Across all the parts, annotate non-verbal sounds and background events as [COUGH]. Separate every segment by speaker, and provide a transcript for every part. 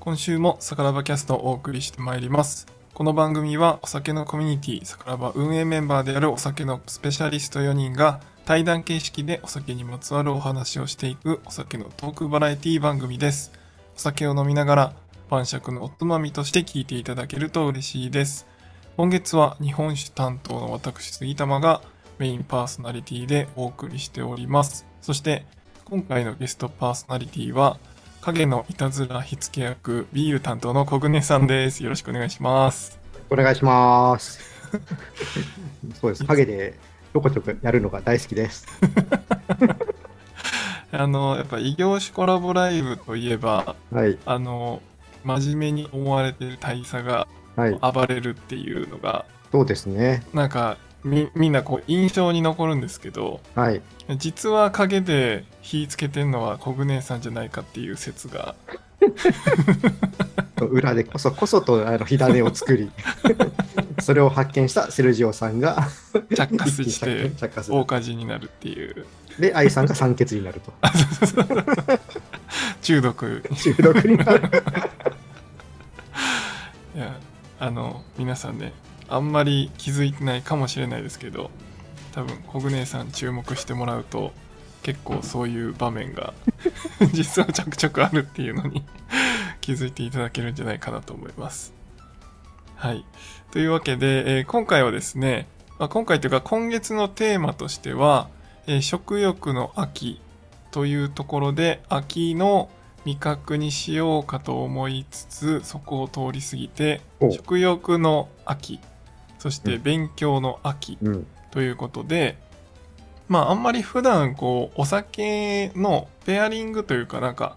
Speaker 1: 今週もサクラバキャストをお送りしてまいります。この番組はお酒のコミュニティサクラバ運営メンバーであるお酒のスペシャリスト4人が対談形式でお酒にまつわるお話をしていくお酒のトークバラエティ番組です。お酒を飲みながら晩酌のおつまみとして聞いていただけると嬉しいです。今月は日本酒担当の私杉玉がメインパーソナリティでお送りしております。そして今回のゲストパーソナリティは影のいたずら火付け役ビール担当の小舟さんです。よろしくお願いします。
Speaker 2: お願い
Speaker 1: [LAUGHS]
Speaker 2: します。そうです。影でちょこちょこやるのが大好きです。
Speaker 1: あの、やっぱ異業種コラボライブといえば、
Speaker 2: はい。
Speaker 1: あの、真面目に思われてる大佐が
Speaker 2: はい。
Speaker 1: 暴れるっていうのが、
Speaker 2: そうですね。
Speaker 1: なんかみみんなこう印象に残るんですけど、
Speaker 2: はい。
Speaker 1: 実は影で火つけてんのは小舟さんじゃないかっていう説が、
Speaker 2: 裏でこそこそとあの火種を作り、 [LAUGHS] それを発見したセルジオさんが
Speaker 1: 着火
Speaker 2: [LAUGHS]
Speaker 1: して
Speaker 2: 着火す
Speaker 1: 大
Speaker 2: る。
Speaker 1: 火事になるっていう、
Speaker 2: で、愛さんが酸欠に
Speaker 1: [LAUGHS]
Speaker 2: なると。
Speaker 1: 中毒
Speaker 2: 収録になる。
Speaker 1: いやあの皆さんねあんまり気づいてないかもしれないですけど多分コグネさん注目してもらうと結構そういう場面が [LAUGHS] 実は着々あるっていうのに [LAUGHS] 気づいていただけるんじゃないかなと思います。はい。というわけで、えー今回はですね、まあ、今回というか今月のテーマとしては、えー食欲の秋というところで秋の味覚にしようかと思いつつそこを通り過ぎて
Speaker 2: お
Speaker 1: 食欲の秋そして
Speaker 2: うん
Speaker 1: 勉強の秋
Speaker 2: [LAUGHS] うん。
Speaker 1: ということで、まああんまり普段こうお酒のペアリングというかなんか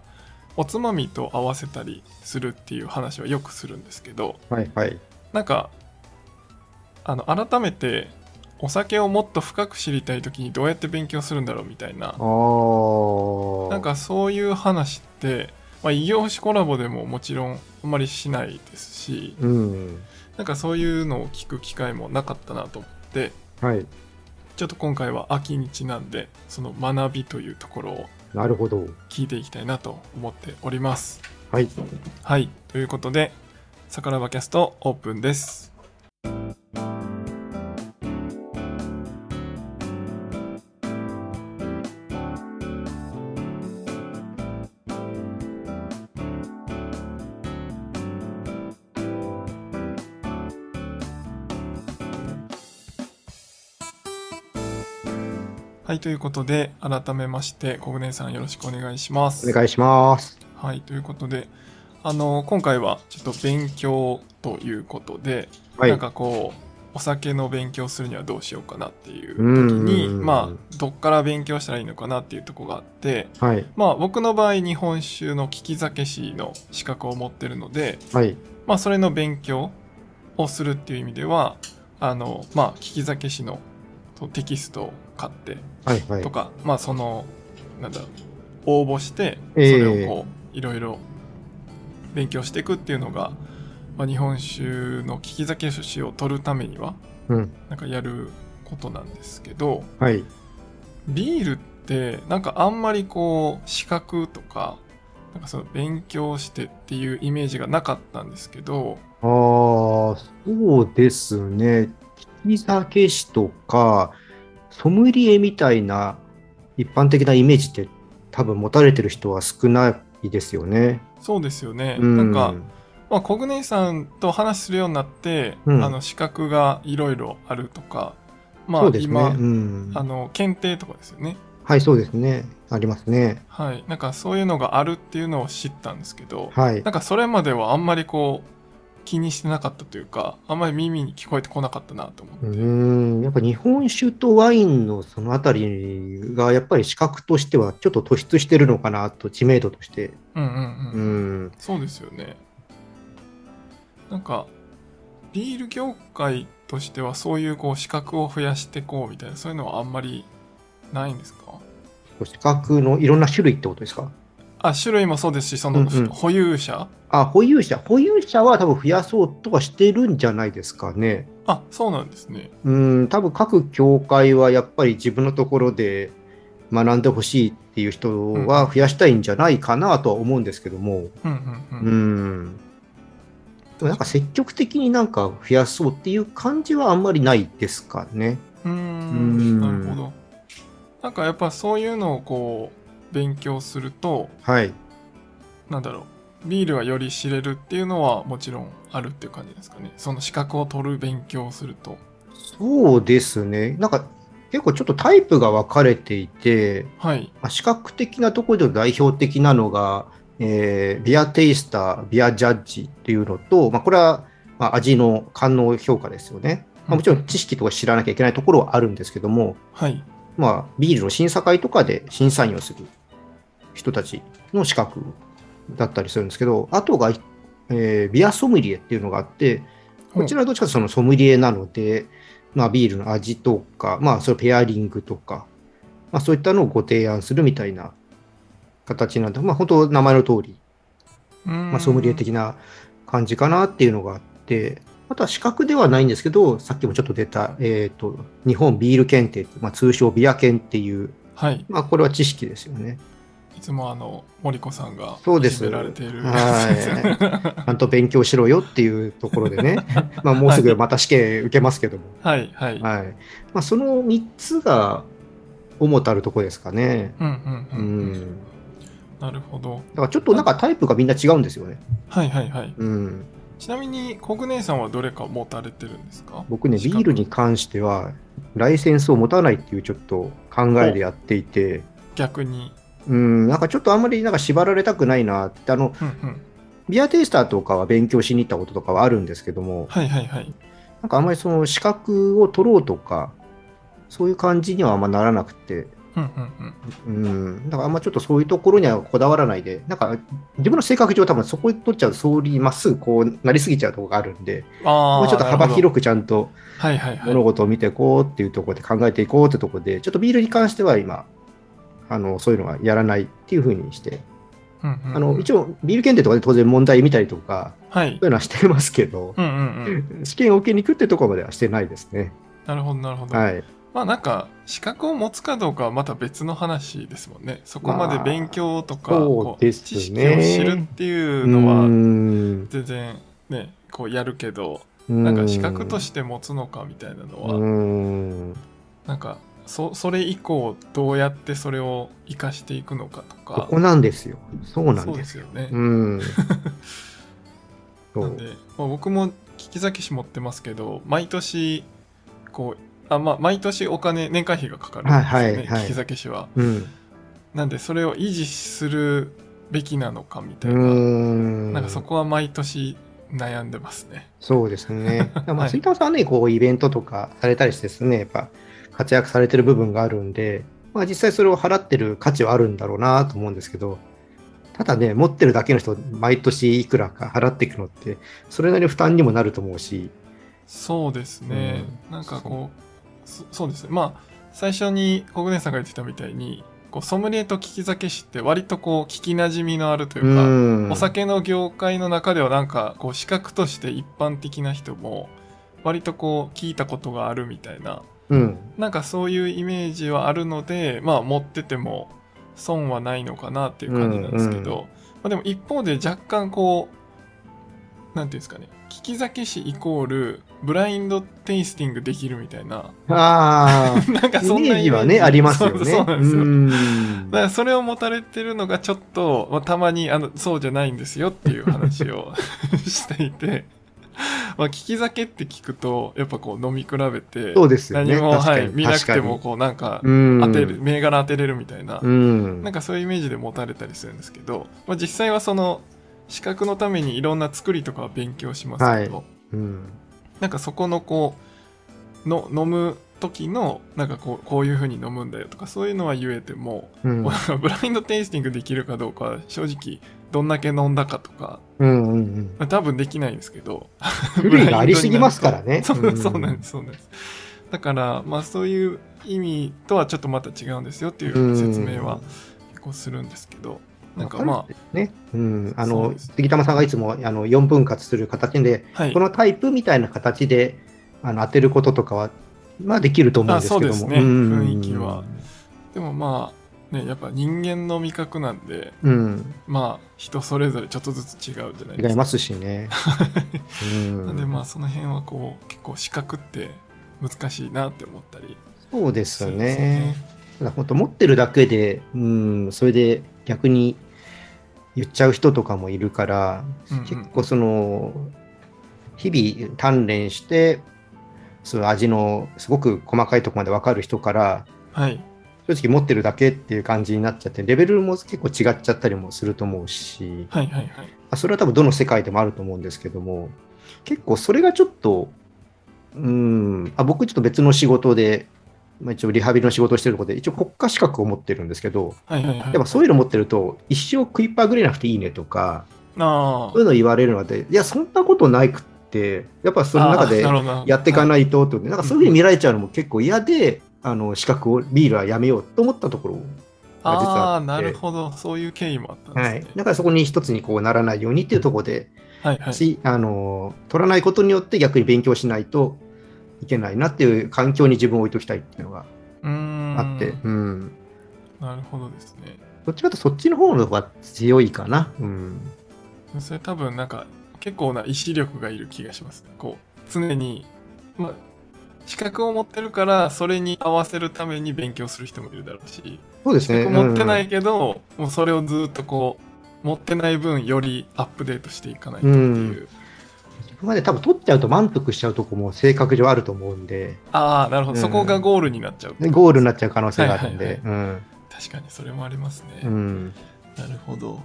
Speaker 1: おつまみと合わせたりするっていう話はよくするんですけど
Speaker 2: はい。はい。
Speaker 1: なんかあの改めてお酒をもっと深く知りたい時にどうやって勉強するんだろうみたいな
Speaker 2: あー。
Speaker 1: なん、かそういう話って、まあ、異業種コラボでももちろんあんまりしないですし
Speaker 2: うん。
Speaker 1: なんかそういうのを聞く機会もなかったなと思って
Speaker 2: はい。
Speaker 1: ちょっと今回は秋にちなんでその学びというところを
Speaker 2: なるほど。
Speaker 1: 聞いていきたいなと思っております。
Speaker 2: はい。
Speaker 1: はい、ということで「さからばキャスト」オープンです。はい、ということで、改めまして、小舟さんよろしくお願いします。
Speaker 2: お願いします。
Speaker 1: はい、ということで、あの、今回はちょっと勉強ということで、
Speaker 2: はい
Speaker 1: なん。かこう、お酒の勉強するにはどうしようかなっていう時
Speaker 2: うん
Speaker 1: に、まあ、どっから勉強したらいいのかなっていうとこがあって、
Speaker 2: はい。
Speaker 1: まあ、僕の場合、日本酒の利き酒師の資格を持ってるので、
Speaker 2: はい。
Speaker 1: まあ、それの勉強をするっていう意味では、あの、まあ、利き酒師のとテキストを買って、
Speaker 2: はい。はい
Speaker 1: と。か、まあそのなんだろう応募してそ
Speaker 2: ええ
Speaker 1: れをこういろいろ勉強していくっていうのが、まあ、日本酒の利き酒師を取るためには
Speaker 2: うん。
Speaker 1: なんかやることなんですけど
Speaker 2: はい。
Speaker 1: ビールってなんかあんまりこう資格とかなんかその勉強してっていうイメージがなかったんですけど
Speaker 2: ああ、そうですね。利き酒師とか、ソムリエみたいな一般的なイメージって多分持たれてる人は少ないですよね。
Speaker 1: そうですよね、
Speaker 2: うん。
Speaker 1: なんか、まあ、コグネイさんと話しするようになって、
Speaker 2: うん
Speaker 1: あの資格がいろいろあるとかまあ
Speaker 2: そうですね。
Speaker 1: 今、
Speaker 2: うん
Speaker 1: あ。の検定とかですよね
Speaker 2: はい、そうですね。ありますね。
Speaker 1: はいなんかそういうのがあるっていうのを知ったんですけど、
Speaker 2: はい
Speaker 1: な。んかそれまではあんまりこう気にしてなかったというかあんまり耳に聞こえてこなかったなと思って、
Speaker 2: うん。やっぱ日本酒とワインのそのあたりが、やっぱり資格としてはちょっと突出してるのかなと、知名度として。
Speaker 1: うんうんうん、
Speaker 2: うん。
Speaker 1: そうですよねなんかビール業界としてはそういうこう資格を増やしてこうみたいなそういうのはあんまりないんですか
Speaker 2: 資格のいろんな種類ってことですか
Speaker 1: あ種類もそうですしその、
Speaker 2: うんうん
Speaker 1: 保有者
Speaker 2: あ、保有者。保有者は多分増やそうとはしてるんじゃないですかね。
Speaker 1: あそうなんですね
Speaker 2: うん、多分各協会はやっぱり自分のところで学んでほしいっっていう人は増やしたいんじゃないかなとは思うんですけども、
Speaker 1: うんうん
Speaker 2: う
Speaker 1: うん
Speaker 2: ん。でもなんか積極的になんか増やそうっていう感じはあんまりないですかね。
Speaker 1: うー
Speaker 2: うん
Speaker 1: んなるほどなんかやっぱそういうのをこう勉強すると
Speaker 2: はい。
Speaker 1: なんだろうビールはより知れるっていうのはもちろんあるっていう感じですかねその資格を取る勉強をすると
Speaker 2: そうですね。なんか結構ちょっとタイプが分かれていて、
Speaker 1: はい
Speaker 2: まあ、視覚的なところでの代表的なのが、えービアテイスター、ビアジャッジっていうのと、まあ、これは、まあ、味の感能評価ですよね。まあ、もちろん知識とか知らなきゃいけないところはあるんですけども、
Speaker 1: はい
Speaker 2: まあ、ビールの審査会とかで審査員をする人たちの資格だったりするんですけど、あとが、えービアソムリエっていうのがあって、こちらはどっちかというとそのソムリエなので、まあ、ビールの味とか、まあ、そのペアリングとか、まあ、そういったのをご提案するみたいな形なんで、まあ、本当、名前の通り、
Speaker 1: ま
Speaker 2: まあ、ソムリエ的な感じかなっていうのがあって、あとは資格ではないんですけど、さっきもちょっと出た、えっ、と、日本ビール検定、まあ、通称ビア検っていう、
Speaker 1: はい
Speaker 2: まあ、これは知識ですよね。
Speaker 1: いつもあの森子さんが
Speaker 2: そうです
Speaker 1: いじめられている
Speaker 2: はいちゃんと勉強しろよっていうところで [LAUGHS] ね、まあ、もうすぐまた試験受けますけども、
Speaker 1: [LAUGHS] はいはい、
Speaker 2: はいまあ、その3つが主たるところですかね。
Speaker 1: うんう
Speaker 2: うん
Speaker 1: うん、うん、
Speaker 2: ん、
Speaker 1: なるほど
Speaker 2: だからちょっとなんかタイプがみんな違うんですよね。
Speaker 1: はいはいはい
Speaker 2: うん、
Speaker 1: ちなみにコグ姉さんはどれか持たれてるんですか
Speaker 2: 僕ね、
Speaker 1: 資
Speaker 2: ビ
Speaker 1: 格
Speaker 2: ールに関しては、ライセンスを持たないっていうちょっと考えでやっていて、
Speaker 1: 逆に
Speaker 2: うん、なんかちょっとあんまりなんか縛られたくないなって、あの
Speaker 1: うんうん
Speaker 2: ビアテイスターとかは勉強しに行ったこととかはあるんですけども、
Speaker 1: はいはいはい
Speaker 2: なんかあんまりその資格を取ろうとか、そういう感じにはあんまならなくて、
Speaker 1: うんうん
Speaker 2: うん、だからあんまちょっとそういうところにはこだわらないで、なんか自分の性格上多分そこに取っちゃうと、総理まっすぐこうなりすぎちゃうところがあるんで、
Speaker 1: うんああ
Speaker 2: もうちょっと幅
Speaker 1: なるほ
Speaker 2: 広くちゃんと
Speaker 1: どはいはいはい
Speaker 2: 物事を見ていこうっていうところで考えていこうってところで、ちょっとビールに関しては今、あのそういうのはやらないっていうふうにして、
Speaker 1: うんうんうん
Speaker 2: あの一応ビール検定とかで当然問題見たりとか、
Speaker 1: はい
Speaker 2: そういうのはしてますけど、
Speaker 1: うんうんうん
Speaker 2: 試験を受けに行くってところまではしてないですね。
Speaker 1: なるほどなるほど、
Speaker 2: はい。
Speaker 1: まあなんか資格を持つかどうかはまた別の話ですもんねそこまで勉強とか、
Speaker 2: まあ
Speaker 1: こ
Speaker 2: そう
Speaker 1: う
Speaker 2: です
Speaker 1: 知
Speaker 2: ね
Speaker 1: 識を知るっていうの
Speaker 2: うー
Speaker 1: は
Speaker 2: ん
Speaker 1: 全然ねこうやるけどなんか資格として持つのかみたいなのは、
Speaker 2: うーん
Speaker 1: なんかそそれ以降どうやってそれを生かしていくのかと
Speaker 2: こ
Speaker 1: か
Speaker 2: こなんですよ。そうなん
Speaker 1: そう
Speaker 2: で。
Speaker 1: ですすよね、
Speaker 2: うん。そ
Speaker 1: [LAUGHS] な
Speaker 2: うん
Speaker 1: で、まあ、僕も聞き酒師持ってますけど毎年こうあまあ毎年お金年会費がかかるんですよね、
Speaker 2: はいはいはい
Speaker 1: 聞き酒師は
Speaker 2: うん。
Speaker 1: なんでそれを維持するべきなのかみ
Speaker 2: う
Speaker 1: たいな、
Speaker 2: ーん。
Speaker 1: なんかそこは毎年悩んでますね
Speaker 2: そうです
Speaker 1: [LAUGHS]
Speaker 2: ね。ま
Speaker 1: は
Speaker 2: あ、
Speaker 1: い
Speaker 2: 杉田さんはね、こう、イベントとかされたりしてですね、やっぱ、活躍されてる部分があるんで、まあ、実際それを払ってる価値はあるんだろうなと思うんですけど、ただね、持ってるだけの人、毎年いくらか払っていくのって、それなりの負担にもなると思うし、
Speaker 1: そうですね、
Speaker 2: うん
Speaker 1: なんかこうそそうですねまあ最初に小暮さんが言ってたみたいにこうソムリエと聞き酒師って割とこう聞きなじみのあるといううか、
Speaker 2: ん。
Speaker 1: お酒の業界の中ではなんかこう資格として一般的な人も割とこう聞いたことがあるみたいな
Speaker 2: うん。
Speaker 1: なんかそういうイメージはあるのでまあ持ってても損はないのかなっていう感じなんですけど、
Speaker 2: うんう
Speaker 1: まあ、でも一方で若干こうなんていうんですかね聞き酒師イコールブラインドテイスティングできるみたいな [LAUGHS]
Speaker 2: ああ。
Speaker 1: なんかそん
Speaker 2: イ
Speaker 1: な
Speaker 2: メージはね、ありますよね。
Speaker 1: そうそうなんですよ、
Speaker 2: うん
Speaker 1: だからそれを持たれてるのがちょっと、まあ、たまにあのそうじゃないんですよっていう話を [LAUGHS] していて、まあ、聞き酒って聞くとやっぱこう飲み比べて、
Speaker 2: そうですよね。
Speaker 1: 何も、
Speaker 2: 確か
Speaker 1: は
Speaker 2: に
Speaker 1: い、見なくても、
Speaker 2: 確か
Speaker 1: こうなんか
Speaker 2: にうん
Speaker 1: 当てる、銘柄当てれるみたいな、
Speaker 2: うん。
Speaker 1: なんかそういうイメージで持たれたりするんですけど、まあ、実際はその資格のためにいろんな作りとかは勉強しますけど、
Speaker 2: うん
Speaker 1: なんかそこのこうの飲む時のなんかこうこういう風に飲むんだよとかそういうのは言えても
Speaker 2: うん
Speaker 1: こ [LAUGHS] うブラインドテイスティングできるかどうかは正直どんだけ飲んだかとか
Speaker 2: うんうんうん。
Speaker 1: まあ多分できないんですけど
Speaker 2: 種類がありすぎますからね
Speaker 1: [LAUGHS] そう
Speaker 2: うん
Speaker 1: そうなんですそうなんですだからまあそういう意味とはちょっとまた違うんですよってい
Speaker 2: うん
Speaker 1: う説明は結構するんですけどなんか
Speaker 2: わ
Speaker 1: ま
Speaker 2: るんですね。うん。あ
Speaker 1: そう
Speaker 2: の、
Speaker 1: です
Speaker 2: 杉玉さんがいつも、あの、4分割する形で、
Speaker 1: あはい
Speaker 2: このタイプみたいな形で、あの、当てることとかは、まあ、できると思うんですけども。
Speaker 1: あそうですね
Speaker 2: ん
Speaker 1: 雰囲気はでもまあね、やっぱ人間の味覚なんで、
Speaker 2: うん、
Speaker 1: まあ、人それぞれちょっとずつ違うじゃない
Speaker 2: 違
Speaker 1: で
Speaker 2: い
Speaker 1: す
Speaker 2: ま
Speaker 1: か。
Speaker 2: すしね。うん
Speaker 1: なんでまあ、その辺はこう、結構視覚って難しいなって思ったり
Speaker 2: そうです
Speaker 1: す
Speaker 2: よ
Speaker 1: るんですよ
Speaker 2: ね。。ただ本当持ってるだけで、うん、それで逆に言っちゃう人とかもいるから、
Speaker 1: うんうん
Speaker 2: 結構その日々鍛錬してその味のすごく細かいところまで分かる人から
Speaker 1: はい。
Speaker 2: 正直持ってるだけっていう感じになっちゃってレベルも結構違っちゃったりもすると思うし
Speaker 1: はいはいはい。
Speaker 2: あそれは多分どの世界でもあると思うんですけども結構それがちょっとうんあ僕ちょっと別の仕事で、まあ、一応リハビリの仕事をしてるところで一応国家資格を持ってるんですけど
Speaker 1: はいはいはい。
Speaker 2: やっぱそういうの持ってると一生食いっぱぐれなくていいねとか
Speaker 1: あ
Speaker 2: そういうの言われるので、いや、そんなことないくって、やっぱその中でやっていか
Speaker 1: い。
Speaker 2: ないとってことで、なんかそういうふうに見られちゃうのも結構嫌で、あの資格を、ビールはやめようと思ったところが実
Speaker 1: あー
Speaker 2: は
Speaker 1: あー、
Speaker 2: あって、
Speaker 1: なるほど。そういう経緯もあったん
Speaker 2: は
Speaker 1: で
Speaker 2: い
Speaker 1: す、ね。
Speaker 2: だからそこに一つにこうならないようにっていうところで、
Speaker 1: はいはい。
Speaker 2: しあの、取らないことによって逆に勉強しないといけないなっていう環境に自分を置いときたいっていうのが
Speaker 1: うーん。
Speaker 2: あって、うん、
Speaker 1: なるほどですね。
Speaker 2: どっちかというとそっちの方の方が強いかな。うん
Speaker 1: それ多分なんか結構な意志力がいる気がします。こう常に、まあ、資格を持ってるからそれに合わせるために勉強する人もいるだろうし、
Speaker 2: そうで
Speaker 1: 資
Speaker 2: すね。
Speaker 1: 格持ってな
Speaker 2: う
Speaker 1: いけど、もうそれをずっとこう持ってない分よりアップデートしていかないとっていう。
Speaker 2: んここまで多分取っちゃうと満腹しちゃうとこも性格上あると思うんで、
Speaker 1: ああ、なるほど、
Speaker 2: うん
Speaker 1: そこがゴールになっちゃう。
Speaker 2: でゴールになっちゃう可能性がある
Speaker 1: はい
Speaker 2: んで、
Speaker 1: 確かにそれもありますね。
Speaker 2: うんうん
Speaker 1: なるほど。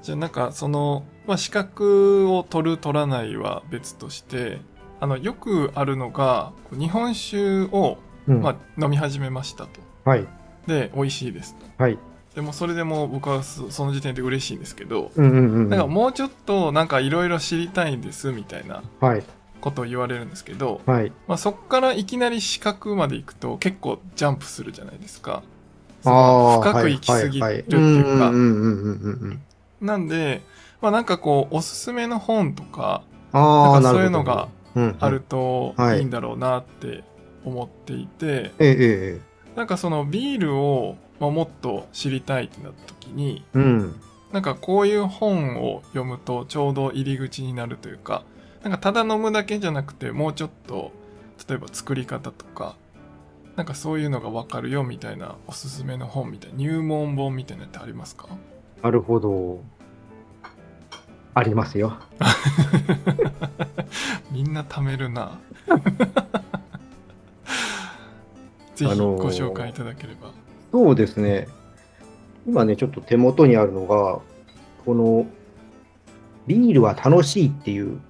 Speaker 1: じゃあなんかその、まあ、資格を取る取らないは別としてあのよくあるのがこう日本酒を、
Speaker 2: うん
Speaker 1: まあ、飲み始めましたと。
Speaker 2: はい、
Speaker 1: で美味しいですと。
Speaker 2: はい、
Speaker 1: でもそれでもう僕はそその時点で嬉しいんですけど、
Speaker 2: うんうんうん、
Speaker 1: なんかもうちょっとなんかいろいろ知りたいんですみたいな
Speaker 2: はい、
Speaker 1: ことを言われるんですけど、
Speaker 2: はい、
Speaker 1: まあ、そこからいきなり資格まで行くと結構ジャンプするじゃないですか。その
Speaker 2: あー
Speaker 1: 深く行き過ぎるっていうか、
Speaker 2: はいはいはいうんうんうんうんうんうん
Speaker 1: なんで、まあなんかこう、おすすめの本とか
Speaker 2: あ
Speaker 1: な
Speaker 2: あ、
Speaker 1: んか
Speaker 2: なるほど。
Speaker 1: そういうのが
Speaker 2: うんうん
Speaker 1: ある。と
Speaker 2: うんはい
Speaker 1: いいんだろうなって思っていて、
Speaker 2: えええええ
Speaker 1: なんかそのビールを、まあ、もっと知りたいってなった時に、
Speaker 2: え、うん、
Speaker 1: なんかこういう本を読むとちょうど入り口になるというか、なんかただ飲むだけじゃなくてもうちょっと、例えば作り方とか、なんかそういうのがわかるよみたいなおすすめの本みたいな入門本みたいなのってありますか
Speaker 2: なるほど。ありますよ。
Speaker 1: みんな貯める
Speaker 2: [LAUGHS]
Speaker 1: な。ぜひ
Speaker 2: あのー
Speaker 1: ご紹介いただければ。
Speaker 2: そうですね。今ね、ちょっと手元にあるのが、この、ビールは楽しいっていう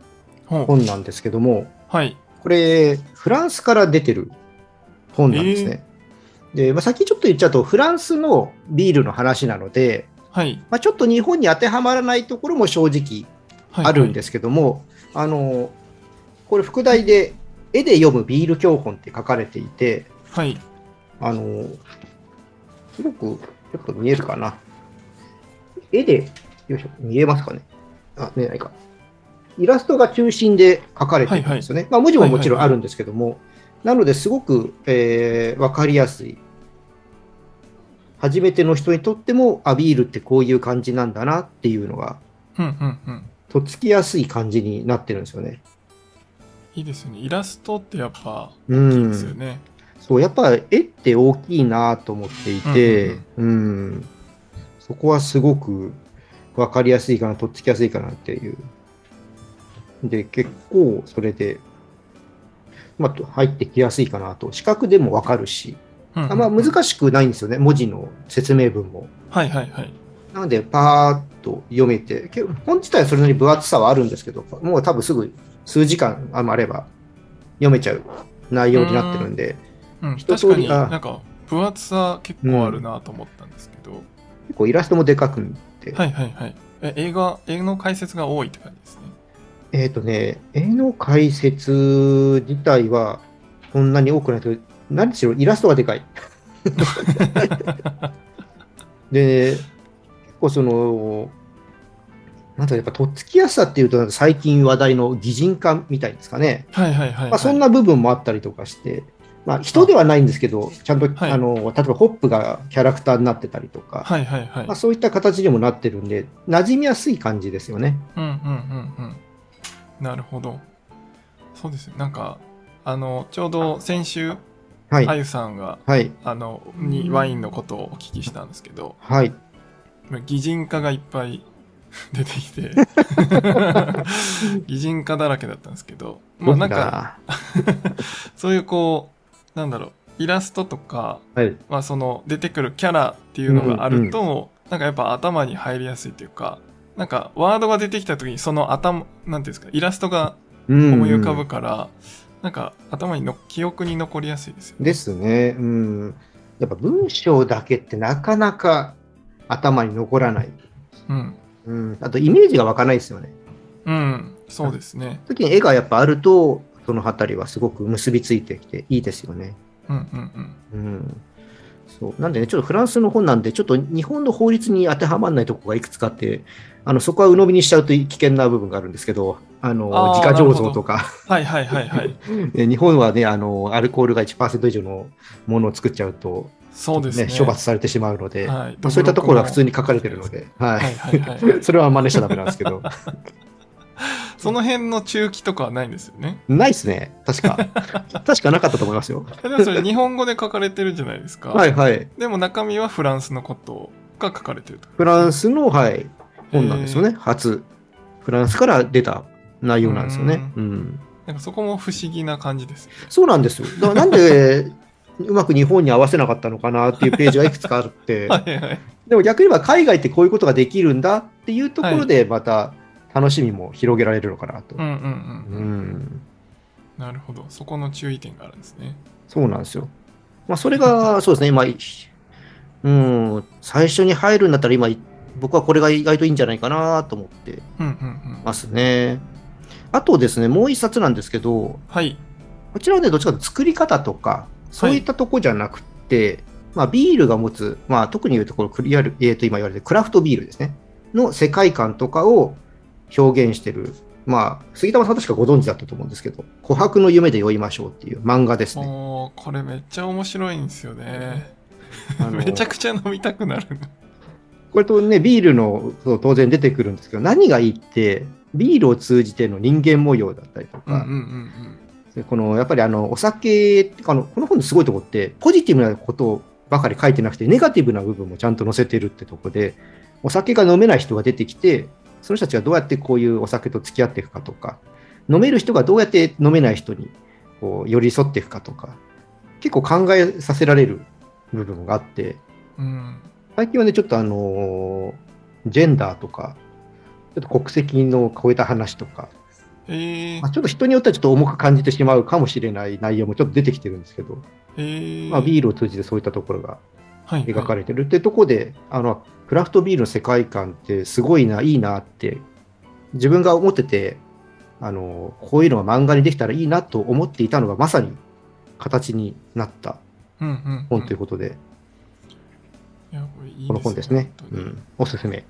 Speaker 1: ほう
Speaker 2: 本なんですけども、
Speaker 1: はい。
Speaker 2: これ、フランスから出てる本なんですね。で、まあ、先にちょっと言っちゃうと、フランスのビールの話なので、
Speaker 1: はい。
Speaker 2: まあ、ちょっと日本に当てはまらないところも正直
Speaker 1: はい、
Speaker 2: あるんですけども、あの、これ、副題で、絵で読むビール教本って書かれていて、
Speaker 1: はい。
Speaker 2: あの、すごく、ちょっと見えるかな。絵で、よいしょ、見えますかね。あ、見えないか。イラストが中心で描かれてるんですよね。まあ、文字ももちろんあるんですけども、なのですごく、えー、わかりやすい。初めての人にとっても、あ、ビールってこういう感じなんだなっていうのが、
Speaker 1: うんうんうん。
Speaker 2: とっつきやすい感じになってるんですよね。
Speaker 1: いいですよね。イラストってやっぱ
Speaker 2: う
Speaker 1: いい
Speaker 2: ん。
Speaker 1: ですよね。
Speaker 2: そう、やっぱ絵って大きいなと思っていて、うんそこはすごく分かりやすいかな、とっつきやすいかなっていう。で、結構それで、まあ、と入ってきやすいかなと、視覚でも分かるし、
Speaker 1: うんうん
Speaker 2: あまあ、難しくないんですよね、文字の説明文も。
Speaker 1: はいはいはい。
Speaker 2: なので、パーッと読めて、け本自体はそれなりに分厚さはあるんですけど、もう多分すぐ数時間あれば読めちゃう内容になってるんで、
Speaker 1: うん、
Speaker 2: 一
Speaker 1: 確か
Speaker 2: 通り
Speaker 1: に
Speaker 2: あ
Speaker 1: なんか分厚さ結構あるなと思ったんですけど。
Speaker 2: 結構イラストもでかくって、
Speaker 1: はいはいはい。え映画、映画の解説が多いって感じですね。
Speaker 2: えっ、とね、絵の解説自体はそんなに多くないけど、何しろイラストがで
Speaker 1: [LAUGHS]
Speaker 2: かい。で、結構その、なんだろうやっぱとっつきやすさっていうと、最近話題の擬人化みたいですかね。
Speaker 1: はいはいはい、はい。
Speaker 2: まあ、そんな部分もあったりとかして、まあ、人ではないんですけど、ちゃんと、
Speaker 1: はい
Speaker 2: あの例えばホップがキャラクターになってたりとか、
Speaker 1: はいはいはい
Speaker 2: まあ、。そういった形にもなってるんで、馴染みやすい感じですよね。
Speaker 1: うんうんうんうん。なるほど。そうですね。なんか、あの、ちょうど先週、
Speaker 2: はい、
Speaker 1: あ
Speaker 2: はい、
Speaker 1: ゆさんが、
Speaker 2: はい、
Speaker 1: あの、にワインのことをお聞きしたんですけど、
Speaker 2: はい、
Speaker 1: まあ擬人化がいっぱい [LAUGHS] 出てき [LAUGHS] て、擬人化だらけだったんですけど、まあなんか、そういうこう、なんだろう、イラストとか、
Speaker 2: はい、
Speaker 1: まあその出てくるキャラっていうのがあると、なんかやっぱ頭に入りやすいというか、なんかワードが出てきた時にその頭、なんていうんですか、イラストが
Speaker 2: うん
Speaker 1: 思い浮かぶから、なんか頭にの記憶に残りやすいですよね。
Speaker 2: ですね、うん、やっぱ文章だけってなかなか頭に残らない、
Speaker 1: うん。
Speaker 2: うん、あとイメージが湧かないですよね。
Speaker 1: うん、そうですね。
Speaker 2: 時に絵がやっぱあると、その辺りはすごく結びついてきていいですよね。
Speaker 1: うんうん
Speaker 2: うん、そうなんでね、ちょっとフランスの本なんで、ちょっと日本の法律に当てはまらないところがいくつかあって、あのそこは鵜呑みにしちゃうと危険な部分があるんですけど、あの
Speaker 1: あー
Speaker 2: 自家醸造とか、
Speaker 1: うん。はいはいはいはい。
Speaker 2: ね日本はねあの、アルコールが1%以上のものを作っちゃうと、
Speaker 1: そうですね。
Speaker 2: ね処罰されてしまうので、
Speaker 1: はい
Speaker 2: まあそういったところは普通に書かれてるので、
Speaker 1: は
Speaker 2: は
Speaker 1: い
Speaker 2: い
Speaker 1: はいはい。
Speaker 2: [LAUGHS] それは真似しちゃダメなんですけど、 [LAUGHS]
Speaker 1: その辺の中期とかはないんですよね。
Speaker 2: ないですね、確か。確かなかったと思いますよ。
Speaker 1: えでもそれ日本語で書かれてるじゃないですか。
Speaker 2: [LAUGHS] はいはい。
Speaker 1: でも中身はフランスのことが書かれてると。
Speaker 2: フランスの、はい、本なんですよね、初。フランスから出た内容なんですよね。うん、
Speaker 1: なんかそこも不思議な感じですよね。
Speaker 2: そうなんですよ。だからなん
Speaker 1: [LAUGHS]
Speaker 2: でうまく日本に合わせなかったのかなっていうページがいくつか
Speaker 1: [LAUGHS]
Speaker 2: あって、
Speaker 1: はいはい。
Speaker 2: でも逆に言えば海外ってこういうことができるんだっていうところで、また楽しみも広げられるのかなと。
Speaker 1: うんうんうん。
Speaker 2: うん、
Speaker 1: なるほど。そこの注意点があるんですね。
Speaker 2: そうなんですよ。まあ、それが、そうですね、今、うん、最初に入るんだったら今、僕はこれが意外といいんじゃないかなと思って
Speaker 1: うんうんうん。
Speaker 2: ますね。あとですね、もう一冊なんですけど、
Speaker 1: はい。
Speaker 2: こちらはね、どっちかというと作り方とか、そういったとこじゃなくて、まあ、ビールが持つ、まあ、特に言うところクリアル、えー、と今言われてるクラフトビールですね、の世界観とかを表現してる、まあ、杉玉さん確かご存知だったと思うんですけど、琥珀の夢で酔いましょうっていう漫画ですね。
Speaker 1: おーこれめっちゃ面白いんですよね。
Speaker 2: あの
Speaker 1: [LAUGHS] めちゃくちゃ飲みたくなる。
Speaker 2: これとね、ビールのそう当然出てくるんですけど、何がいいって、ビールを通じての人間模様だったりと
Speaker 1: うんうん
Speaker 2: か、
Speaker 1: うんうん。
Speaker 2: でこのやっぱりあのお酒あのこの本のすごいとこってポジティブなことばかり書いてなくてネガティブな部分もちゃんと載せてるってとこでお酒が飲めない人が出てきてその人たちがどうやってこういうお酒と付き合っていくかとか飲める人がどうやって飲めない人にこう寄り添っていくかとか結構考えさせられる部分があって
Speaker 1: うん。
Speaker 2: 最近はねちょっとあのジェンダーとかちょっと国籍の超えた話とか
Speaker 1: えー
Speaker 2: まあ、ちょっと人によってはちょっと重く感じてしまうかもしれない内容もちょっと出てきてるんですけど、
Speaker 1: えー
Speaker 2: まあ、ビールを通じてそういったところが
Speaker 1: はい
Speaker 2: 描かれてるってとこで、あのクラフトビールの世界観ってすごいな、いいなって、自分が思ってて、あのこういうのが漫画にできたらいいなと思っていたのがまさに形になった
Speaker 1: うんうん
Speaker 2: 本ということで、
Speaker 1: いやこれいいですね
Speaker 2: この本ですね、
Speaker 1: 本当
Speaker 2: う
Speaker 1: に
Speaker 2: ん、おすすめ。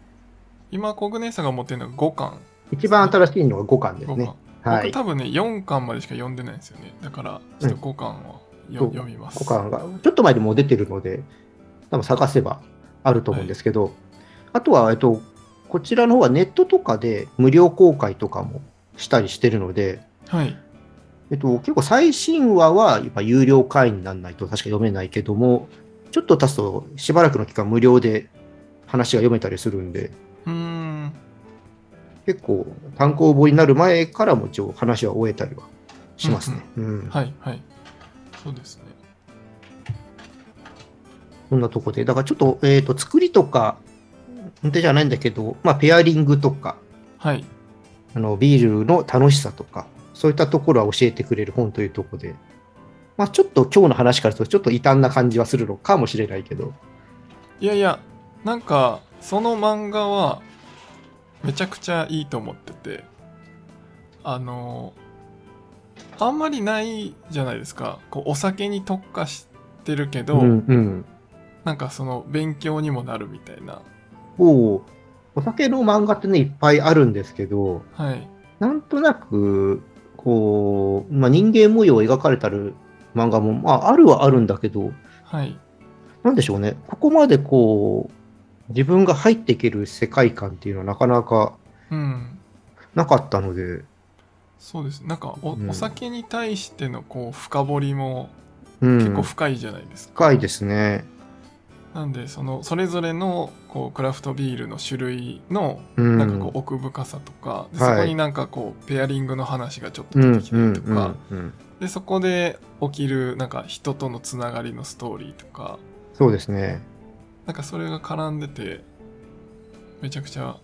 Speaker 1: 今、コグネさんが持ってるのが5巻。
Speaker 2: 一番新しいのが5巻です
Speaker 1: 5
Speaker 2: ね
Speaker 1: 巻。
Speaker 2: は
Speaker 1: 僕
Speaker 2: い、
Speaker 1: 多分ね、4巻までしか読んでないんですよね。だから、ちょっと5巻をよ、
Speaker 2: うん
Speaker 1: 読みます。
Speaker 2: 五巻がちょっと前にもう出てるので、多分探せばあると思うんですけど、あとは、えっと、こちらの方はネットとかで無料公開とかもしたりしてるので、
Speaker 1: はい。
Speaker 2: えっと、結構最新話はやっぱ有料会員にならないと確か読めないけども、ちょっと経つとしばらくの期間無料で話が読めたりするんで、
Speaker 1: うーん。
Speaker 2: 結構単行本になる前からも一応話は終えたりはしますね。うん
Speaker 1: はい、はい。そうですね。
Speaker 2: そんなとこで。だからちょっと、えっ、と、作りとか、本当じゃないんだけど、まあ、ペアリングとか、
Speaker 1: はい。
Speaker 2: あの、ビールの楽しさとか、そういったところは教えてくれる本というとこで、まあ、ちょっと今日の話からすると、ちょっと異端な感じはするのかもしれないけど、
Speaker 1: いやいや、なんか、その漫画は、めちゃくちゃいいと思ってて、あの、あんまりないじゃないですか。こうお酒に特化してるけど、
Speaker 2: うんうん。
Speaker 1: なんかその勉強にもなるみたいな。
Speaker 2: もう、お酒の漫画ってね、いっぱいあるんですけど、
Speaker 1: はい。
Speaker 2: なんとなく、こう、まあ、人間模様を描かれたる漫画も、まあ、あるはあるんだけど、
Speaker 1: はい。
Speaker 2: なんでしょうね、ここまでこう、自分が入っていける世界観っていうのはなかなか
Speaker 1: うん。
Speaker 2: なかったので、
Speaker 1: そうです。なんかお、
Speaker 2: うん
Speaker 1: お酒に対してのこう深掘りも
Speaker 2: うん、
Speaker 1: 結構深いじゃないですか。
Speaker 2: 深いですね。
Speaker 1: なんでそのそれぞれのこうクラフトビールの種類の
Speaker 2: うん
Speaker 1: なんかこう奥深さとか、で
Speaker 2: はい
Speaker 1: そこになんかこうペアリングの話がちょっと
Speaker 2: う
Speaker 1: 出
Speaker 2: ん
Speaker 1: てき
Speaker 2: う
Speaker 1: たり
Speaker 2: ん
Speaker 1: とか、
Speaker 2: うんうん、
Speaker 1: でそこで起きるなんか人とのつながりのストーリーとか
Speaker 2: そうですね。
Speaker 1: なんかそれが絡んでてめちゃくちゃ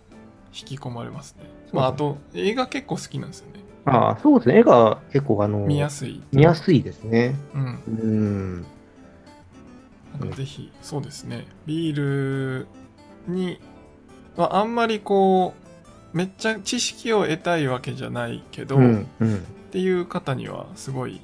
Speaker 1: 引き込まれますね。
Speaker 2: そう
Speaker 1: まああと映画結構好きなんですよね。
Speaker 2: ああ、そうですね。絵が結構あの
Speaker 1: 見やすい。
Speaker 2: 見やすいですね。
Speaker 1: うん。
Speaker 2: うん。
Speaker 1: なんかぜひそうですね。ビールにまああんまりこうめっちゃ知識を得たいわけじゃないけど、
Speaker 2: うんうん
Speaker 1: っていう方にはすごい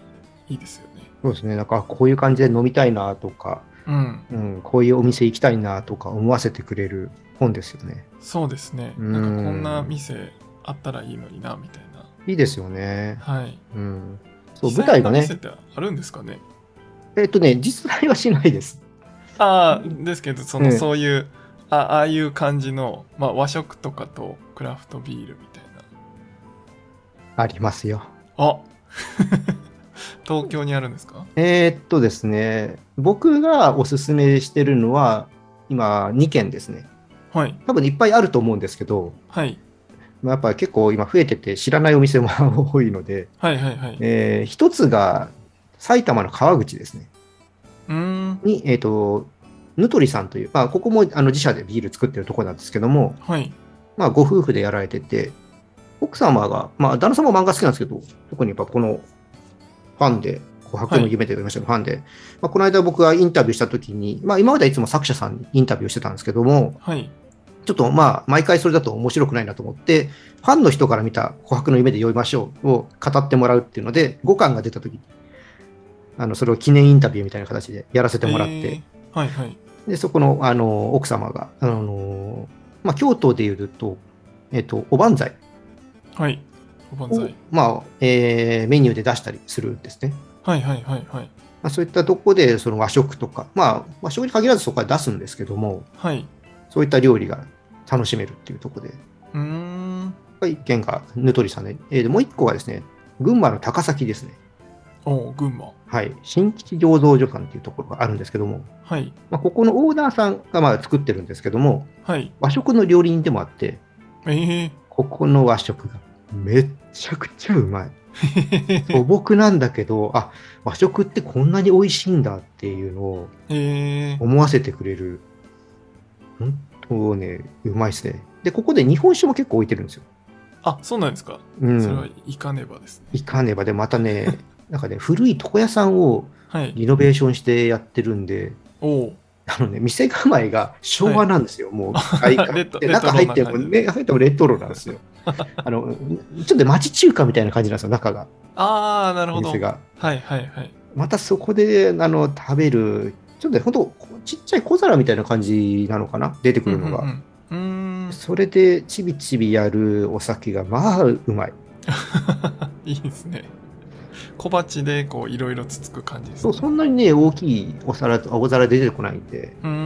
Speaker 1: いいですよね。
Speaker 2: そうですね。なんかこういう感じで飲みたいなとか、
Speaker 1: うん、
Speaker 2: うん、こういうお店行きたいなとか思わせてくれる本ですよね。
Speaker 1: そうですね。
Speaker 2: うん
Speaker 1: なんかこんな店あったらいいのになみたいな。
Speaker 2: いいですよね。
Speaker 1: はい。
Speaker 2: うん。そう、
Speaker 1: 実
Speaker 2: 舞
Speaker 1: 際
Speaker 2: 台
Speaker 1: の
Speaker 2: が
Speaker 1: 店っ
Speaker 2: ね、
Speaker 1: てあるんですかね。
Speaker 2: えっとね、実在はしないです。
Speaker 1: ああ、ですけど、その、
Speaker 2: ええ
Speaker 1: そういう、あああいう感じの、まあ、和食とかとクラフトビールみたいな。
Speaker 2: ありますよ。
Speaker 1: あ [LAUGHS] 東京にあるんですか
Speaker 2: えーっとですね、僕がおすすめしてるのは、今、2件ですね。
Speaker 1: はい。
Speaker 2: 多分いっぱいあると思うんですけど、
Speaker 1: はい。
Speaker 2: まあ、やっぱ結構今増えてて知らないお店も [LAUGHS] 多いので、
Speaker 1: はいはいはい。う
Speaker 2: えー一つが埼玉の川口ですね。
Speaker 1: ーん。
Speaker 2: に、えー、とヌトリさんという、まあ、ここもあの自社でビール作ってるとこなんですけども、
Speaker 1: はい。
Speaker 2: まあ、ご夫婦でやられてて、奥様が、まあ、旦那様も漫画好きなんですけど、特にやっぱこのファンで、琥珀の夢と言いましたけど、ファンで、まあ、この間僕がインタビューしたときに、まあ、今まではいつも作者さんにインタビューしてたんですけども、
Speaker 1: はい。
Speaker 2: ちょっとまあ、毎回それだと面白くないなと思って、ファンの人から見た琥珀の夢で酔いましょうを語ってもらうっていうので、5巻が出たときに、あのそれを記念インタビューみたいな形でやらせてもらって、
Speaker 1: えーはいはい。
Speaker 2: で、そこの、あの、奥様が、あの、まあ、京都でいうと、えっと、おばんざい
Speaker 1: はい。おばんざ
Speaker 2: を
Speaker 1: い。、
Speaker 2: まあ、えーメニューで出したりするんですね。
Speaker 1: はいはいはいはい。
Speaker 2: まあ、そういったとこで、その和食とか、まあ、和食に限らずそこは出すんですけども、
Speaker 1: はい。
Speaker 2: そういった料理が楽しめるっていうところで、
Speaker 1: うーん。
Speaker 2: これ一軒がぬとりさんで、えーでもう一個がですね、群馬の高崎ですね。
Speaker 1: おう群馬。
Speaker 2: はい。新吉醸造所さんっていうところがあるんですけども、
Speaker 1: はい。
Speaker 2: まあ、ここのオーナーさんがまあ作ってるんですけども、
Speaker 1: はい。
Speaker 2: 和食の料理人でもあって、
Speaker 1: ええ
Speaker 2: ここの和食がめっちゃくちゃう
Speaker 1: [LAUGHS]
Speaker 2: まい。
Speaker 1: ー。
Speaker 2: 素朴なんだけど、あ、和食ってこんなに美味しいんだっていうのを
Speaker 1: ええー。
Speaker 2: 思わせてくれる。本当ね、うまいですね。で、ここで日本酒も結構置いてるんですよ。
Speaker 1: あ、そうなんですか。
Speaker 2: う
Speaker 1: それは
Speaker 2: ん。
Speaker 1: 行かねばですね。
Speaker 2: いかねばで、またね、 [LAUGHS] なんかね、古い床屋さんを
Speaker 1: はい。
Speaker 2: リノベーションしてやってるんで、
Speaker 1: おう
Speaker 2: あのね、店構えが昭和なんですよ、もう。外観
Speaker 1: [LAUGHS] レト
Speaker 2: で
Speaker 1: レトロ
Speaker 2: 中
Speaker 1: な
Speaker 2: 入っても、
Speaker 1: 感じ
Speaker 2: ね、入ってもレトロなんですよ。
Speaker 1: [LAUGHS]
Speaker 2: あの、ちょっと町中華みたいな感じなんですよ、中が、
Speaker 1: ああ、なる
Speaker 2: お
Speaker 1: ほど。
Speaker 2: 店
Speaker 1: はい
Speaker 2: が。
Speaker 1: はいはい。
Speaker 2: またそこで、あの、食べる、ちょっとね、ほんと、ちっちゃい小皿みたいな感じなのかな、出てくるのが。
Speaker 1: うんうんうん、うーん
Speaker 2: それで、ちびちびやるお酒が、まあ、うまい。
Speaker 1: [LAUGHS] いいですね。小鉢でこういろいろつつく感じです、
Speaker 2: そう
Speaker 1: ね。
Speaker 2: そんなにね、大きいお皿、大皿で出てこないんで、
Speaker 1: うー
Speaker 2: うん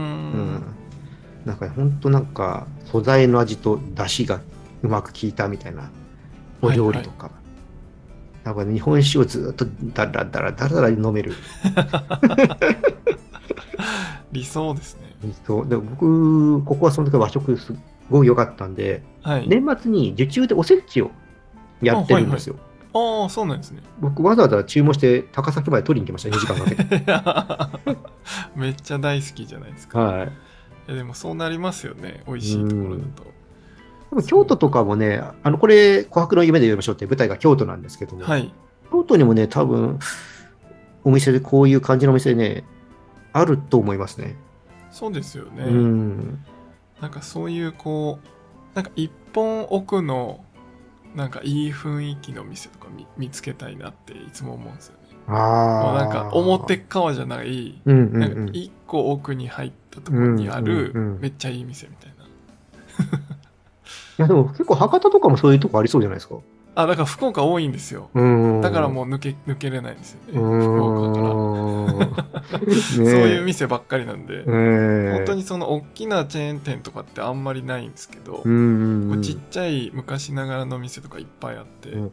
Speaker 2: ん。なんか、ほんとなんか、素材の味と出汁がうまく効いたみたいなお料理とか。なんか、日本酒をずっとだらだらだらだら飲める。
Speaker 1: 理想ですね。
Speaker 2: そうで僕、ここはその時和食すごい良かったんで、
Speaker 1: はい。
Speaker 2: 年末に受注でおせちをやってるんですよ。
Speaker 1: ああ、そうなんですね。
Speaker 2: 僕、わざわざ注文して高崎まで取りに行きました、2時間かけて。
Speaker 1: [LAUGHS] めっちゃ大好きじゃないですか。
Speaker 2: はい。
Speaker 1: いやでもそうなりますよね。美味しいところだと。
Speaker 2: でも京都とかもね、あのこれ、琥珀の夢で呼びましょうって舞台が京都なんですけども、
Speaker 1: はい。
Speaker 2: 京都にもね、多分お店でこういう感じのお店ね、あると思いますね。
Speaker 1: そうですよね。
Speaker 2: うん。
Speaker 1: なんかそういうこう、なんか一本奥の、なんかいい雰囲気の店とか見見つけたいなっていつも思うんですよね。も
Speaker 2: ああ。
Speaker 1: うなんか表側じゃない、
Speaker 2: うんうんう。
Speaker 1: なんんか一個奥に入ったところにある
Speaker 2: うんうんうん
Speaker 1: めっちゃいい店みたいな。
Speaker 2: いやでも結構博多とかもそういうとこありそうじゃないですか。
Speaker 1: あ、だから福岡多いんですよ。
Speaker 2: うん
Speaker 1: だからもう抜け、抜けれないんですよね。
Speaker 2: う
Speaker 1: 福岡から。
Speaker 2: ーん
Speaker 1: そう
Speaker 2: [LAUGHS] ねえ
Speaker 1: いう店ばっかりなんで、
Speaker 2: ええ
Speaker 1: 本当にその大きなチェーン店とかってあんまりないんですけど、
Speaker 2: うんうん
Speaker 1: ちっちゃい昔ながらの店とかいっぱいあって、
Speaker 2: うん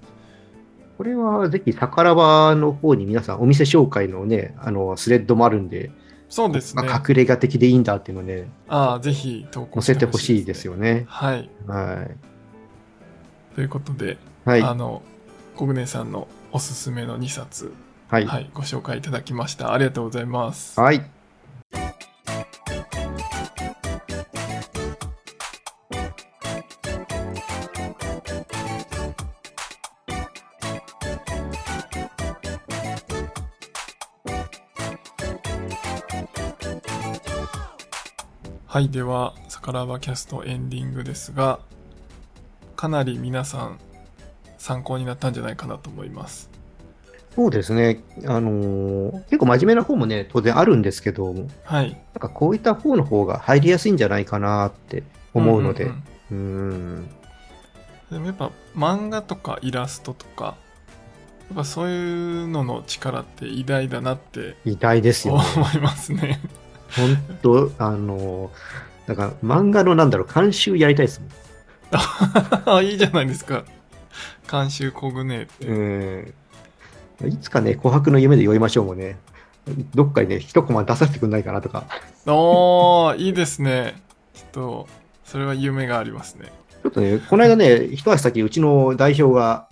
Speaker 2: これはぜひ、宝場の方に皆さん、お店紹介のね、あのスレッドもあるんで、
Speaker 1: そうですね。
Speaker 2: あ隠れ家的でいいんだっていうのね、
Speaker 1: ああ、ぜひ投稿
Speaker 2: 載せてほしいです
Speaker 1: よ。
Speaker 2: よね。
Speaker 1: はい。
Speaker 2: は
Speaker 1: ということで、
Speaker 2: い。はい。
Speaker 1: あの、コグネさんのおすすめの2冊、
Speaker 2: はい。
Speaker 1: はい、ご紹介いただきました。ありがとうございます。
Speaker 2: はい。
Speaker 1: はい、では、さからばキャストエンディングですが、かなり皆さん、参考になったんじゃないかなと思います。
Speaker 2: そうですね。あのー結構真面目な方もね、当然あるんですけど、なん
Speaker 1: はい。
Speaker 2: かこういった方の方が入りやすいんじゃないかなって思うので。
Speaker 1: ん
Speaker 2: うん
Speaker 1: ん
Speaker 2: ーん,、
Speaker 1: でもやっぱ漫画とかイラストとか、やっぱそういうのの力って偉大だなって
Speaker 2: 偉大ですよ、
Speaker 1: 思
Speaker 2: ね。
Speaker 1: いますね。 [LAUGHS]
Speaker 2: 本当あのーなんか漫画のなんだろう、監修やりたいですもん。
Speaker 1: いいじゃないですか。監修コグネ
Speaker 2: [LAUGHS]
Speaker 1: って。
Speaker 2: うんいつかね、紅白の夢で酔いましょうもね、どっかにね、一コマ出させてくんないかなとか、
Speaker 1: おー、いいですね。ちょっと、それは夢がありますね。
Speaker 2: ちょっとね、この間ね、一足先、うちの代表が、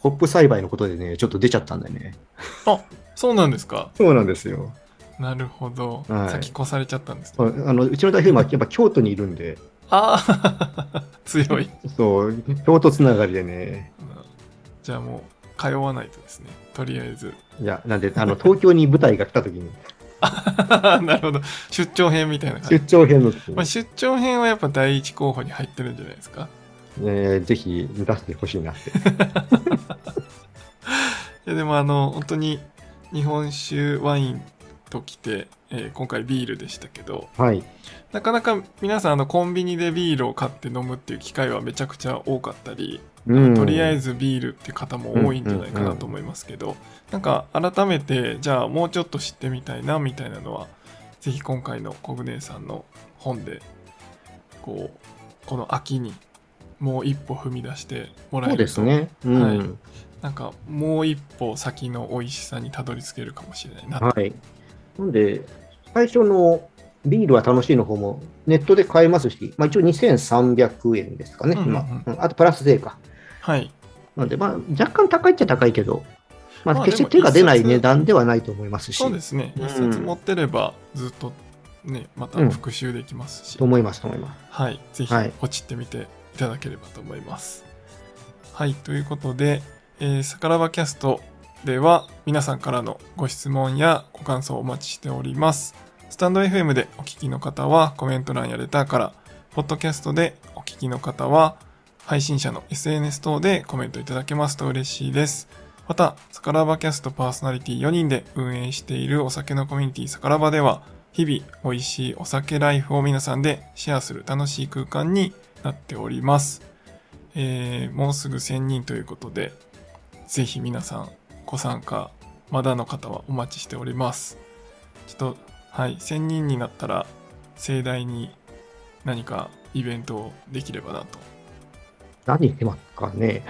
Speaker 2: ホップ栽培のことでね、ちょっと出ちゃったんだよね。
Speaker 1: そうなんですか。
Speaker 2: そうなんですよ。
Speaker 1: なるほど。
Speaker 2: はい
Speaker 1: 先越されちゃったんです
Speaker 2: あ
Speaker 1: ね。
Speaker 2: のうちの代表、今、やっぱ京都にいるんで、
Speaker 1: あー、 [LAUGHS] 強い。
Speaker 2: そう、京都つながりでね、
Speaker 1: じゃあもう、通わないとですね。とりあえず。 [LAUGHS]
Speaker 2: いや、なんで、あの東京に舞台が来た時に、
Speaker 1: なるほど。出張編みたいな感
Speaker 2: 出
Speaker 1: じ。
Speaker 2: 張編の時に
Speaker 1: まあ、出張編はやっぱ第一候補に入ってるんじゃないですか。
Speaker 2: えーぜひ出してほしい
Speaker 1: [LAUGHS]
Speaker 2: なって。
Speaker 1: いやでもあの、本当に日本酒ワインときて、えー今回ビールでしたけど、
Speaker 2: はい。
Speaker 1: なかなか皆さんあのコンビニでビールを買って飲むっていう機会はめちゃくちゃ多かったり、
Speaker 2: うん
Speaker 1: とりあえずビールって方も多いんじゃないかなと思いますけど、なんか改めてじゃあもうちょっと知ってみたいなみたいなのはぜひ今回のコグネさんの本でこうこの秋にもう一歩踏み出してもらえ
Speaker 2: そ
Speaker 1: る
Speaker 2: う
Speaker 1: と
Speaker 2: ですね。うん
Speaker 1: はいなんかもう一歩先の美味しさにたどり着けるかもしれないな、
Speaker 2: はい。なんで、最初のビールは楽しいの方もネットで買えますし、まあ、一応2300円ですかね、
Speaker 1: うんうんうん
Speaker 2: 今。うんあとプラス税か。
Speaker 1: はい、
Speaker 2: なんで、まあ、若干高いっちゃ高いけど、ま
Speaker 1: ま
Speaker 2: あ、
Speaker 1: あ
Speaker 2: 決して
Speaker 1: で
Speaker 2: 手
Speaker 1: も
Speaker 2: が出な
Speaker 1: 一
Speaker 2: い
Speaker 1: 冊
Speaker 2: 値段ではないと思いますし、
Speaker 1: そうですね
Speaker 2: うん
Speaker 1: 一冊持ってればずっとねまた復習できますし、
Speaker 2: と思います、と思います。
Speaker 1: はい、ぜひ
Speaker 2: はい
Speaker 1: ポチってみていただければと思います。はい、ということで、えー、さからばキャストでは皆さんからのご質問やご感想をお待ちしております。スタンド FM でお聞きの方はコメント欄やレターから、ポッドキャストでお聞きの方は配信者の SNS 等でコメントいただけますと嬉しいです。また、サカラバキャストパーソナリティ4人で運営しているお酒のコミュニティサカラバでは、日々美味しいお酒ライフを皆さんでシェアする楽しい空間になっております。えーもうすぐ1000人ということで、ぜひ皆さんご参加、まだの方はお待ちしております。ちょっと、はい、1000人になったら盛大に何かイベントをできればなと
Speaker 2: 何言ってます
Speaker 1: [LAUGHS]
Speaker 2: かね。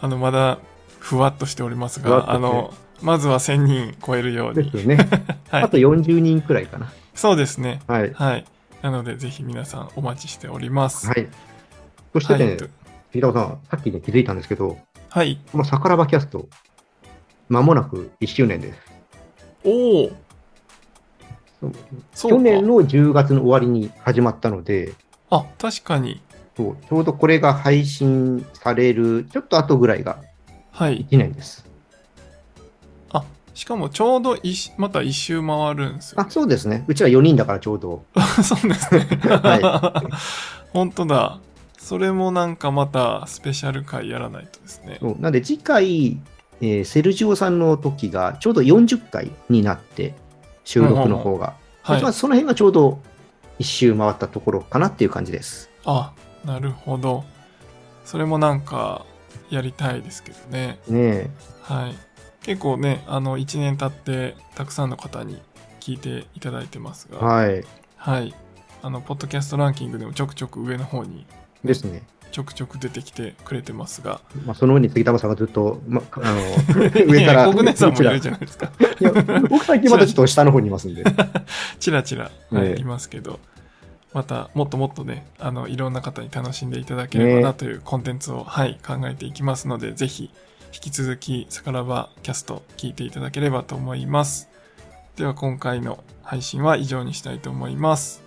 Speaker 1: あの、まだふわっとしております
Speaker 2: ふわっと
Speaker 1: が、
Speaker 2: ね
Speaker 1: あの、まずは1000人超えるよう
Speaker 2: で
Speaker 1: に
Speaker 2: す。よね。
Speaker 1: はい
Speaker 2: あと40人くらいかな。
Speaker 1: そうですね。
Speaker 2: はい。
Speaker 1: はい。なので、ぜひ皆さんお待ちしております。
Speaker 2: はい。そして
Speaker 1: は
Speaker 2: ね
Speaker 1: い、と
Speaker 2: 平尾さん、さっきね、気づいたんですけど、
Speaker 1: はい。
Speaker 2: このさからばキャスト、まもなく1周年です。
Speaker 1: おお
Speaker 2: そう
Speaker 1: そうか
Speaker 2: 去年の10月の終わりに始まったので、
Speaker 1: あ、確かに。
Speaker 2: そうちょうどこれが配信されるちょっと後ぐらいが
Speaker 1: はい。
Speaker 2: 1年です。
Speaker 1: あ、しかもちょうど一周また一周回るんですよ
Speaker 2: あ、。そうですね。うちら4人だからちょうど。
Speaker 1: [LAUGHS] そうですね。
Speaker 2: は
Speaker 1: [LAUGHS] 本当だ。それもなんかまたスペシャル回やらないとですね。
Speaker 2: そうなんで次回、えーセルジオさんの時がちょうど40回になって、収録の方が。
Speaker 1: はい
Speaker 2: まあ、。その辺がちょうど1周回ったところかなっていう感じです。
Speaker 1: あ、なるほど。それもなんかやりたいですけどね。
Speaker 2: ね
Speaker 1: はい。結構ね、あの、1年経って、たくさんの方に聞いていただいてます
Speaker 2: え。
Speaker 1: が、
Speaker 2: はい。
Speaker 1: はい。あの、ポッドキャストランキングでもちょくちょく上の方に
Speaker 2: ですね。
Speaker 1: ちょくちょく出てきてくれてますが、
Speaker 2: まあ、その上に杉玉さんがずっと、ま、あ
Speaker 1: [LAUGHS]
Speaker 2: の上か
Speaker 1: い
Speaker 2: ら。
Speaker 1: や国内さんも
Speaker 2: ち
Speaker 1: い
Speaker 2: ら
Speaker 1: るじゃないですか。
Speaker 2: いや僕最近まだちょっと下の方に
Speaker 1: [LAUGHS]
Speaker 2: いますんで。
Speaker 1: ちらちら、はい
Speaker 2: ええ
Speaker 1: いますけど、またもっともっとね、あの、いろんな方に楽しんでいただければなというコンテンツを、はい、考えていきますので、ぜひ、引き続き、サカラバキャスト、聞いていただければと思います。では、今回の配信は以上にしたいと思います。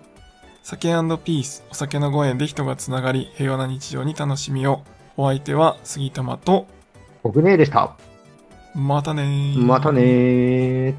Speaker 1: 酒ピース、お酒のご縁で人がつながり、平和な日常に楽しみを。お相手は杉玉と、
Speaker 2: 僕ねでした。
Speaker 1: またねー
Speaker 2: またねー。